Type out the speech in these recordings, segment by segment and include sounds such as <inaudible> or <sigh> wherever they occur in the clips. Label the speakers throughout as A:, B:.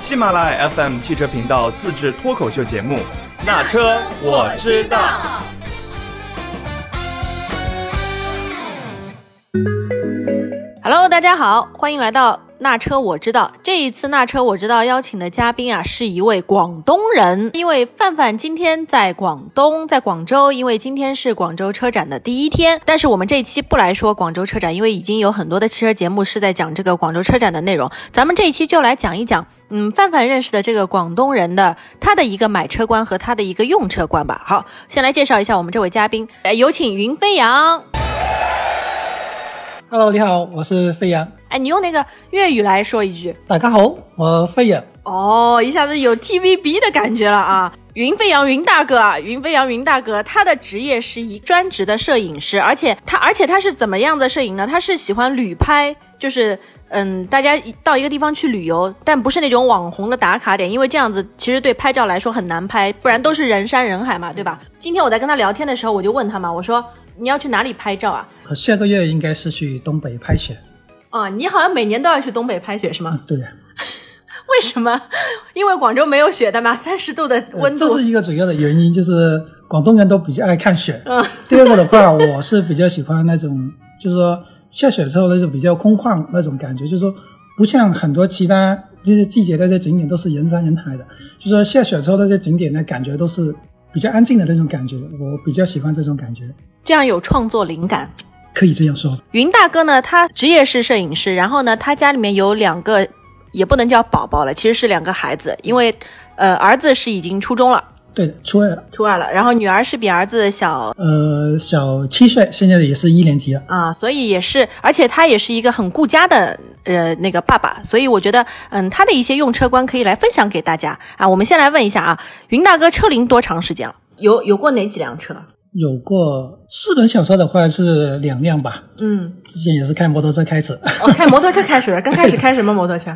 A: 喜马拉雅 FM 汽车频道自制脱口秀节目《那车我知道》。
B: Hello，大家好，欢迎来到《那车我知道》。这一次《那车我知道》邀请的嘉宾啊，是一位广东人，因为范范今天在广东，在广州，因为今天是广州车展的第一天。但是我们这一期不来说广州车展，因为已经有很多的汽车节目是在讲这个广州车展的内容，咱们这一期就来讲一讲。嗯，范范认识的这个广东人的他的一个买车观和他的一个用车观吧。好，先来介绍一下我们这位嘉宾，来有请云飞扬。
C: Hello，你好，我是飞扬。
B: 哎，你用那个粤语来说一句。
C: 大家好，我飞扬。
B: 哦，一下子有 TVB 的感觉了啊！云飞扬云大哥啊，云飞扬云大哥，他的职业是一专职的摄影师，而且他而且他是怎么样的摄影呢？他是喜欢旅拍，就是嗯，大家一到一个地方去旅游，但不是那种网红的打卡点，因为这样子其实对拍照来说很难拍，不然都是人山人海
C: 嗯
B: 嘛，对吧？今天我在跟他聊天的时候，我就问他嘛，我说你要去哪里拍照啊？
C: 我呃下个月应该是去东北拍雪。啊
B: 啊，你好像每年都要去东北拍雪是吗？
C: 对呀、
B: 为什么？因为广州没有雪的嘛，三十度的
C: 呃
B: 温度。
C: 这是一个主要的原因，就是广东人都比较爱看雪。
B: 嗯
C: <laughs> 第二个的话，我是比较喜欢那种，就是说下雪之后那种比较空旷那种感觉，就是说不像很多其他这些季节那些景点都是人山人海的，就是说下雪之后那些景点的感觉都是比较安静的那种感觉，我比较喜欢这种感觉，
B: 这样有创作灵感。
C: 可以这样说。
B: 云大哥呢，他职业是摄影师，然后呢，他家里面有两个，也不能叫宝宝了，其实是两个孩子，因为呃，儿子是已经初中了，
C: 对的，初二了。
B: 初二了，然后女儿是比儿子小。
C: 呃，小七岁，现在也是一年级了。
B: 啊、所以也是，而且他也是一个很顾家的，呃，那个爸爸，所以我觉得，嗯，他的一些用车观可以来分享给大家啊。我们先来问一下啊，云大哥车龄多长时间了？有有过哪几辆车？
C: 有过四轮小车的话是两辆吧，
B: 嗯，
C: 之前也是开摩托车开始， <laughs>
B: 哦，开摩托车开始了，刚开始开什么摩托车？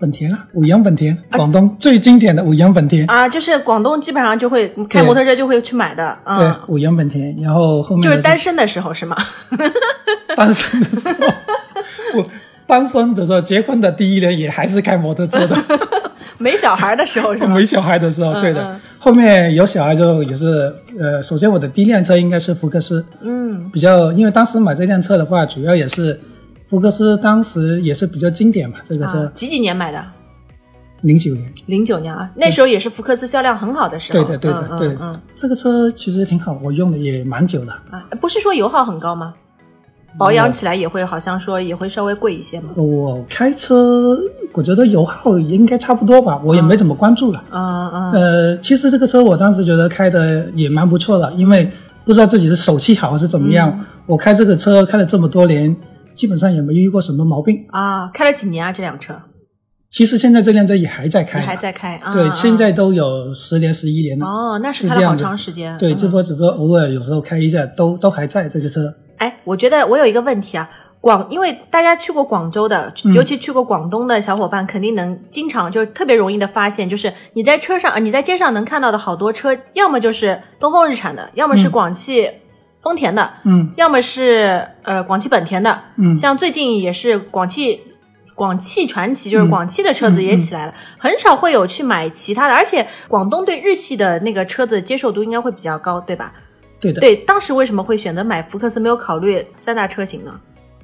C: 本田啦，五羊本田，广东最经典的五羊本田，
B: 啊，就是广东基本上就会开
C: 对
B: 摩托车就会去买的，
C: 对嗯
B: 嗯，，
C: 五羊本田，然后后面
B: 就是
C: 的
B: 单身的时候是吗？
C: 单身的时候， <laughs> 我单身的时候，结婚的第一年也还是开摩托车的，
B: 没小孩的时候是吗
C: <laughs>
B: 啊
C: 没？小孩的时候，对的
B: 嗯。
C: 后面有小孩之后也是，呃，首先我的第一辆车应该是福克斯，
B: 嗯
C: 比较，因为当时买这辆车的话，主要也是福克斯，当时也是比较经典嘛，这个
B: 啊
C: 车，
B: 几几年买的？
C: 零九年，
B: 零九年啊，那时候也是福克斯销量很好的时候。
C: 对的对的
B: 嗯
C: 对
B: 嗯嗯
C: 的，这个车其实挺好，我用的也蛮久了。
B: 啊，不是说油耗很高吗？保养起来也会，好像说也会稍微贵一些嘛。
C: 我开车，我觉得油耗应该差不多吧，我也没怎么关注了。
B: 嗯嗯，
C: 呃，其实这个车我当时觉得开的也蛮不错的，因为不知道自己是手气好还是怎么样，
B: 嗯
C: 我开这个车开了这么多年，基本上也没遇过什么毛病。
B: 啊，开了几年啊？这辆车
C: 其实现在这辆车也还在
B: 你
C: 开呢，
B: 还在开啊？
C: 对，
B: 啊
C: 现在都有十年十一年了。
B: 哦，那是
C: 是
B: 开
C: 这
B: 了好
C: 样子
B: 长时间。
C: 对，
B: 嗯
C: 这波只不过偶尔有时候开一下，都都还在这个车。
B: 哎，我觉得我有一个问题啊，广，因为大家去过广州的，尤其去过广东的小伙伴，肯定能经常就是特别容易的发现，就是你在车上，呃你在街上能看到的好多车，要么就是东风日产的，要么是广汽丰田的，
C: 嗯，
B: 要么是呃广汽本田的，
C: 嗯
B: 像最近也是广汽。广汽传祺就是广汽的车子也起来了，很少会有去买其他的，而且广东对日系的那个车子接受度应该会比较高，对吧？
C: 对的。
B: 对，当时为什么会选择买福克斯，没有考虑三大车型呢？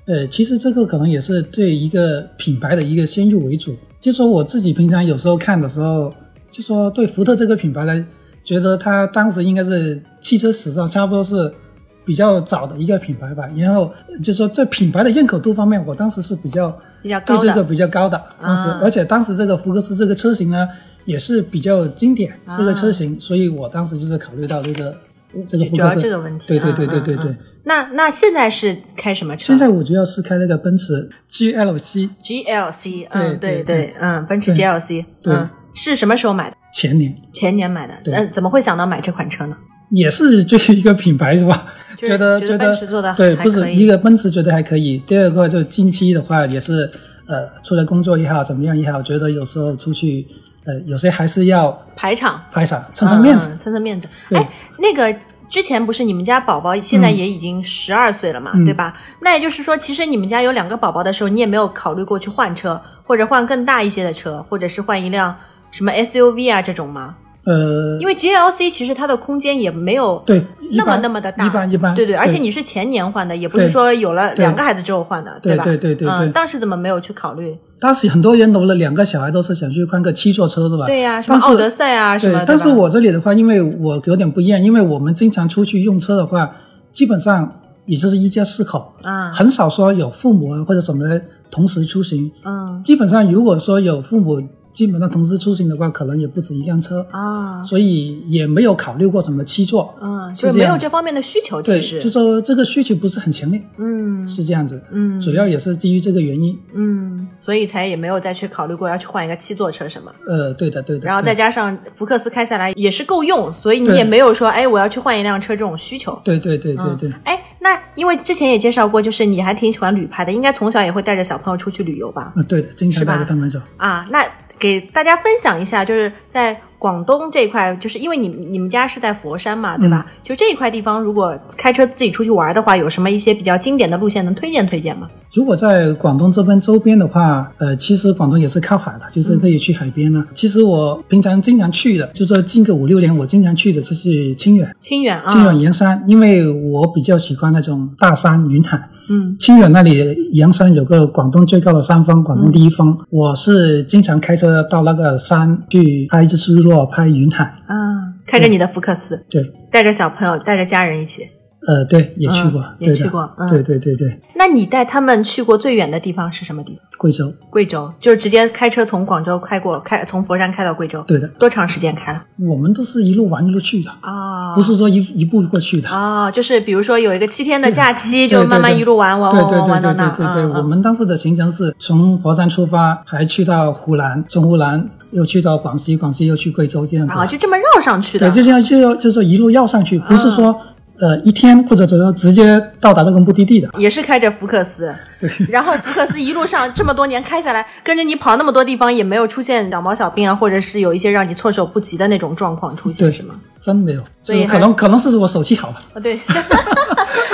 C: 呃，其实这个可能也是对一个品牌的一个先入为主。就说我自己平常有时候看的时候，就说对福特这个品牌来，觉得它当时应该是汽车史上差不多是比较早的一个品牌吧。然后呃就说在品牌的认可度方面，我当时是比较
B: 比较
C: 对
B: 高
C: 这个
B: 的
C: 比较高的，当时，
B: 啊
C: 而且当时这个福克斯这个车型呢，也是比较经典、
B: 啊嗯
C: 这个车型，所以我当时就是考虑到这个这个福
B: 主
C: 克
B: 要
C: 斯，
B: 这个问题。
C: 对对
B: 嗯
C: 对对对对。
B: 嗯嗯那那现在是开什么车？
C: 现在我主要是开那个奔驰 GLC，
B: GLC，嗯，对
C: 对对
B: 对，嗯，奔驰
C: 对
B: GLC，
C: 对
B: 嗯，是什么时候买的？
C: 前年
B: 前年买的。
C: 对
B: 嗯，怎么会想到买这款车呢？
C: 也是追求一个品牌是吧？ <laughs>
B: 就是
C: 觉得
B: 觉得
C: 觉
B: 奔驰做得
C: 对，
B: 还
C: 不
B: 可
C: 是
B: 以
C: 一个奔驰觉得还可以，第二个就近期的话也是呃，除了工作也好，怎么样也好，觉得有时候出去呃，有些还是要
B: 排场，
C: 拍场撑撑面子。
B: 嗯，嗯撑撑面子。
C: 对
B: 哎，那个之前不是你们家宝宝现在也已经十二岁了嘛，
C: 嗯
B: 对吧？那也就是说，其实你们家有两个宝宝的时候，你也没有考虑过去换车，或者换更大一些的车，或者是换一辆什么 SUV 啊这种吗？
C: 呃，
B: 因为 GLC 其实它的空间也没有
C: 对，一
B: 那么
C: 般
B: 那么的大，
C: 一般一般，
B: 对对，而且你是前年换的，也不是
C: 对
B: 说有了
C: 对
B: 两个孩子之后换的，
C: 对
B: 吧？
C: 对对对对
B: 嗯，当时怎么没有去考虑？
C: 当时很多人有了两个小孩都是想去换个七座车是吧？
B: 对呀、什么
C: 啊但是
B: 奥德赛啊什么
C: 对
B: 的，，
C: 但是
B: 吧
C: 我这里的话，因为我有点不一样，因为我们经常出去用车的话，基本上也就是一家四口，
B: 啊，
C: 很少说有父母或者什么的同时出行。
B: 嗯
C: 基本上如果说有父母，基本上同时出行的话，可能也不止一辆车，
B: 啊，
C: 所以也没有考虑过什么七座。
B: 嗯，
C: 是
B: 就是
C: 这
B: 没
C: 样
B: 有
C: 的
B: 这方面的需求，其
C: 对，
B: 实，
C: 就说这个需求不是很强烈，
B: 嗯
C: 是这样子。
B: 嗯
C: 主要也是基于这个原因。
B: 嗯，所以才也没有再去考虑过要去换一个七座车什么。
C: 呃，对的，对的。
B: 然后
C: 对
B: 再加上福克斯开下来也是够用，所以你
C: 对
B: 也没有说哎我要去换一辆车这种需求。
C: 对对对对对，
B: 哎，那因为之前也介绍过，就是你还挺喜欢旅拍的，应该从小也会带着小朋友出去旅游吧？
C: 嗯，对的，经常
B: 是吧
C: 带着他们走。
B: 啊，那给大家分享一下，就是在广东这一块，就是因为你你们家是在佛山嘛，对吧？
C: 嗯
B: 就这一块地方，如果开车自己出去玩的话，有什么一些比较经典的路线能推荐推荐吗？
C: 如果在广东这边周边的话，呃，其实广东也是靠海的，就是可以去海边
B: 嗯
C: 了。其实我平常经常去的，就说近个五六年我经常去的就是清远，
B: 清远啊，
C: 清远盐山，因为我比较喜欢那种大山云海。
B: 嗯
C: 清远那里盐山有个广东最高的山峰，广东第一峰，
B: 嗯
C: 我是经常开车到那个山去拍日落、拍云海。
B: 啊，开
C: 嗯
B: 着你的福克斯，
C: 对，
B: 带着小朋友，带着家人一起。
C: 呃，对，也去过，
B: 嗯
C: 对
B: 也
C: 的
B: 去过嗯
C: 对对对对，
B: 那你带他们去过最远的地方是什么地方？
C: 贵州，
B: 贵州，就是直接开车从广州开过，开从佛山开到贵州，
C: 对的，
B: 多长时间开了？
C: 我们都是一路玩一路去的，
B: 啊、
C: 不是说一一步过去的。
B: 哦，就是比如说有一个七天的假期，
C: 对
B: 就
C: 对
B: 慢慢
C: 对
B: 一路玩玩
C: 对
B: 玩
C: 对
B: 哦玩
C: 对
B: 玩到
C: 对
B: 那
C: 对
B: 儿。
C: 对对，
B: 嗯
C: 我
B: 嗯
C: 们当时的行程是从佛山出发，还去到湖南，从湖南又去到广西，广西又去贵州这样子。
B: 啊，就这么绕上去的嗯
C: 对，。就这样就要就是一路绕上去，不是说呃一天或者说直接到达那个目的地的。
B: 也是开着福克斯，对，然后福克斯一路上这么多年开下来，跟着你跑那么多地方，也没有出现小毛小病啊，或者是有一些让你措手不及的那种状况出现，
C: 对
B: 是吗？？
C: 真没有，
B: 所以
C: 就可能可能是我手气好吧。
B: 啊，对， <laughs>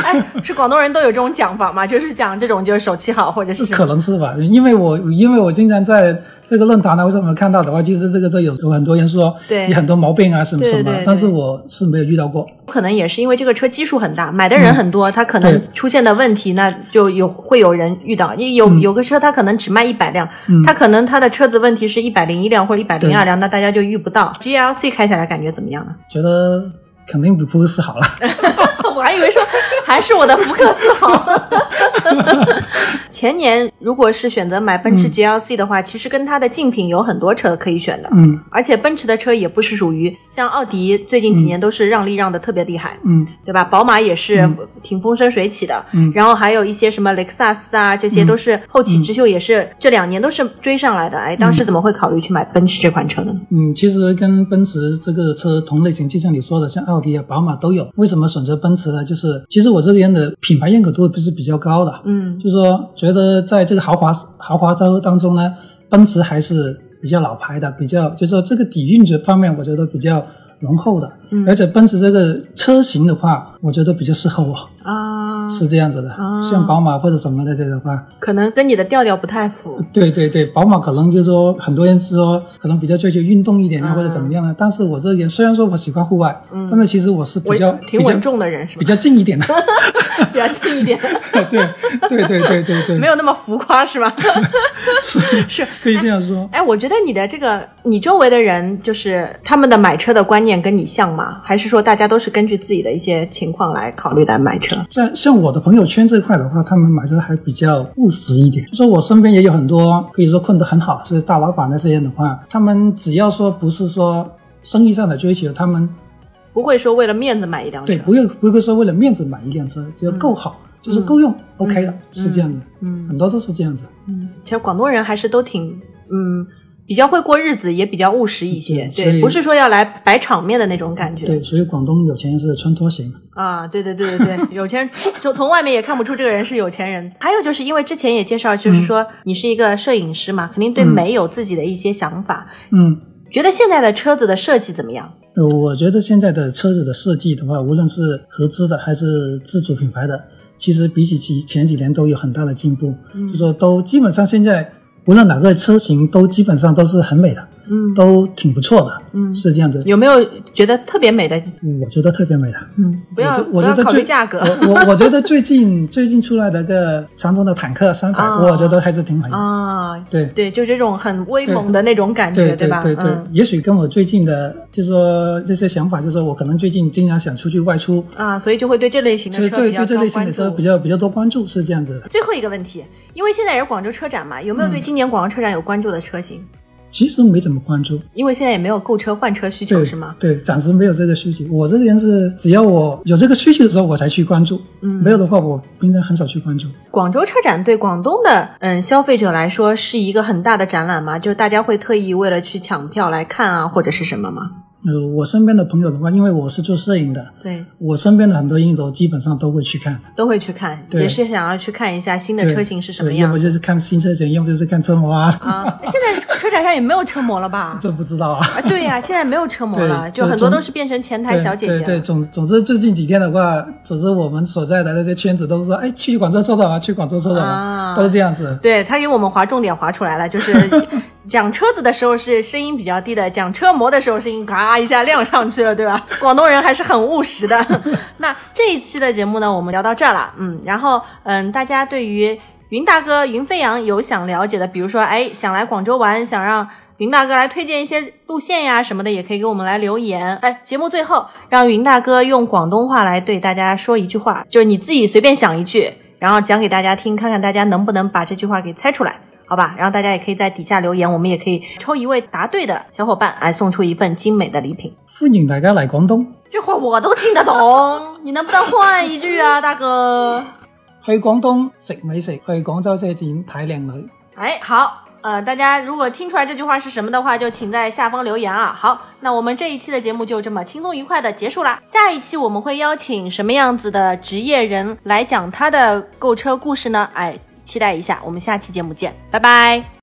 B: 哎，是广东人都有这种讲法吗？就是讲这种就是手气好，或者是什么
C: 可能是吧，因为我因为我经常在这个论坛啊，或者什么看到的话，其实这个这有有很多人说，
B: 对
C: 有很多毛病啊什么
B: 对对
C: 什么，
B: 对
C: 但是我是没有遇到过。
B: 可能也是因为这个车基数很大，买的人很多，它可
C: 嗯对
B: 能出现的问题，那就有会有人遇到。你有、
C: 嗯
B: 有个车，它可能只卖一百辆，它可能它的车子问题是一百零一辆或者一百零二辆，那大家就遇不到。GLC 开下来感觉怎么样呢？
C: 觉得肯定比福克
B: <laughs>
C: 斯好了。
B: 我还以为说还是我的福克斯好。 <laughs> 前年如果是选择买奔
C: 嗯
B: 驰 GLC 的话，其实跟它的竞品有很多车可以选的，
C: 嗯
B: 而且奔驰的车也不是属于像奥迪最近几年都是让利让的特别厉害，
C: 嗯，
B: 对吧？宝马也是挺风生水起的，
C: 嗯
B: 然后还有一些什么雷克萨斯啊，这些都是后起之秀，也是这两年都是追上来的。哎，当时怎么会考虑去买奔驰这款车的呢？
C: 嗯，其实跟奔驰这个车同类型，就像你说的，像奥迪啊、宝马都有。为什么选择奔驰呢？就是其实我这个人的品牌认可度不是比较高的，
B: 嗯
C: 就说觉得在这个豪华豪华车当中呢，奔驰还是比较老牌的，比较就说这个底蕴这方面，我觉得比较浓厚的。
B: 嗯
C: 而且奔驰这个车型的话，我觉得比较适合我，
B: 啊，
C: 是这样子的。
B: 啊
C: 像宝马或者什么那些的话，
B: 可能跟你的调调不太符。
C: 对对对，宝马可能就是说，很多人是说可能比较追求运动一点啊，
B: 嗯
C: 或者怎么样呢？但是我这个人虽然说我喜欢户外，但是其实我是
B: 我
C: 比较
B: 挺稳，重的人是吧
C: 比较比？较静
B: <laughs>
C: 一点的。
B: 比 <laughs> 较近一
C: <laughs>
B: 点，
C: 对对对对对对，
B: 没有那么浮夸是吧？是。
C: 可以这样说。
B: 哎，我觉得你的这个，你周围的人就是他们的买车的观念跟你像吗？还是说大家都是根据自己的一些情况来考虑来买车？
C: 在像我的朋友圈这块的话，他们买车还比较务实一点。就说我身边也有很多可以说混得很好，是大老板那些人的话，他们只要说不是说生意上的追求，他们
B: 不会说为了面子买一辆车
C: 对，不会不会说为了面子买一辆车，只要够好，就是够用、o k 的，是这样的。
B: 嗯
C: 很多都是这样子。
B: 其实广东人还是都挺嗯比较会过日子，也比较务实一些，
C: 嗯所
B: 对，
C: 以
B: 不是说要来摆场面的那种感觉
C: 对，所以广东有钱人是穿拖鞋嘛。
B: 啊。对对对 <laughs> 对对，有钱人就从外面也看不出这个人是有钱人。还有就是因为之前也介绍，就是说你是一个摄影嗯师嘛，肯定对美有自己的一些想法。
C: 嗯，
B: 觉得现在的车子的设计怎么样？
C: 呃，我觉得现在的车子的设计的话，无论是合资的还是自主品牌的，其实比起其前几年都有很大的进步。
B: 嗯
C: 就说都基本上现在无论哪个车型都基本上都是很美的，
B: 嗯
C: 都挺不错的，
B: 嗯
C: 是这样子。
B: 有没有觉得特别美的？
C: 我觉得特别美的。
B: 嗯，不要不
C: 我觉
B: 要
C: 得
B: 考
C: 最
B: 虑价格
C: 我我我觉得最近最近出来的个长城的坦克三百、
B: 啊
C: 我觉得还是挺美的。
B: 啊，
C: 对
B: 对，就这种很威猛的那种感觉，
C: 对对
B: 吧？
C: 对对，
B: 嗯
C: 也许跟我最近的，就是说那些想法，就是说我可能最近经常想出去外出，
B: 啊，所以就会对这类型的
C: 所以
B: 车
C: 对
B: 比较
C: 对这类型的
B: 关
C: 车
B: 注
C: 比。较比较多关注，是这样子的。
B: 最后一个问题，因为现在也是广州车展嘛，有没有对今年广州车展有关注的车型？
C: 其实没怎么关注，
B: 因为现在也没有购车换车需求，
C: 对
B: 是吗？？
C: 对，暂时没有这个需求。我这个人是只要我有这个需求的时候，我才去关注，
B: 嗯
C: 没有的话，我平常很少去关注。
B: 广州车展对广东的嗯消费者来说是一个很大的展览嘛，就是大家会特意为了去抢票来看啊，或者是什么吗？
C: 呃，我身边的朋友的话，因为我是做摄影的，
B: 对，
C: 我身边的很多影友基本上都会去看。
B: 都会去看，
C: 对
B: 也是想要去看一下新的
C: 对
B: 车型是什么
C: 对要
B: 样
C: 么就是看新车型，要么就是看车模啊，？
B: 啊。现在车展上也没有车模了吧
C: <laughs> 这不知道啊。
B: 啊，对呀、现在没有车模了，
C: 对
B: 就
C: 就
B: 很多
C: 从
B: 都是变成前台小姐姐啊了。
C: 对对对，总总之最近几天的话，总之我们所在的那些圈子都是说，哎，去广州车展吧，去广州车展吧，
B: 啊
C: 都是这样子。
B: 对他给我们划重点划出来了，就是 <laughs> 讲车子的时候是声音比较低的，讲车模的时候声音嘎一下亮上去了，对吧？广东人还是很务实的。 <laughs> 那这一期的节目呢，我们聊到这儿了，嗯，然后嗯，大家对于云大哥、云飞扬有想了解的，比如说哎，想来广州玩，想让。云大哥来推荐一些路线呀什么的，也可以给我们来留言。哎，节目最后让云大哥用广东话来对大家说一句话，就是你自己随便想一句，然后讲给大家听，看看大家能不能把这句话给猜出来，好吧？然后大家也可以在底下留言，我们也可以抽一位答对的小伙伴，哎，送出一份精美的礼品。
C: 欢迎大家来广东，
B: 这话我都听得懂，你能不能换一句啊，大哥？
C: 去广东食美食，去广州车展睇靓女。
B: 哎，好，呃，大家如果听出来这句话是什么的话，就请在下方留言啊。好，那我们这一期的节目就这么轻松愉快的结束啦。下一期我们会邀请什么样子的职业人来讲他的购车故事呢？哎，期待一下，我们下期节目见，拜拜。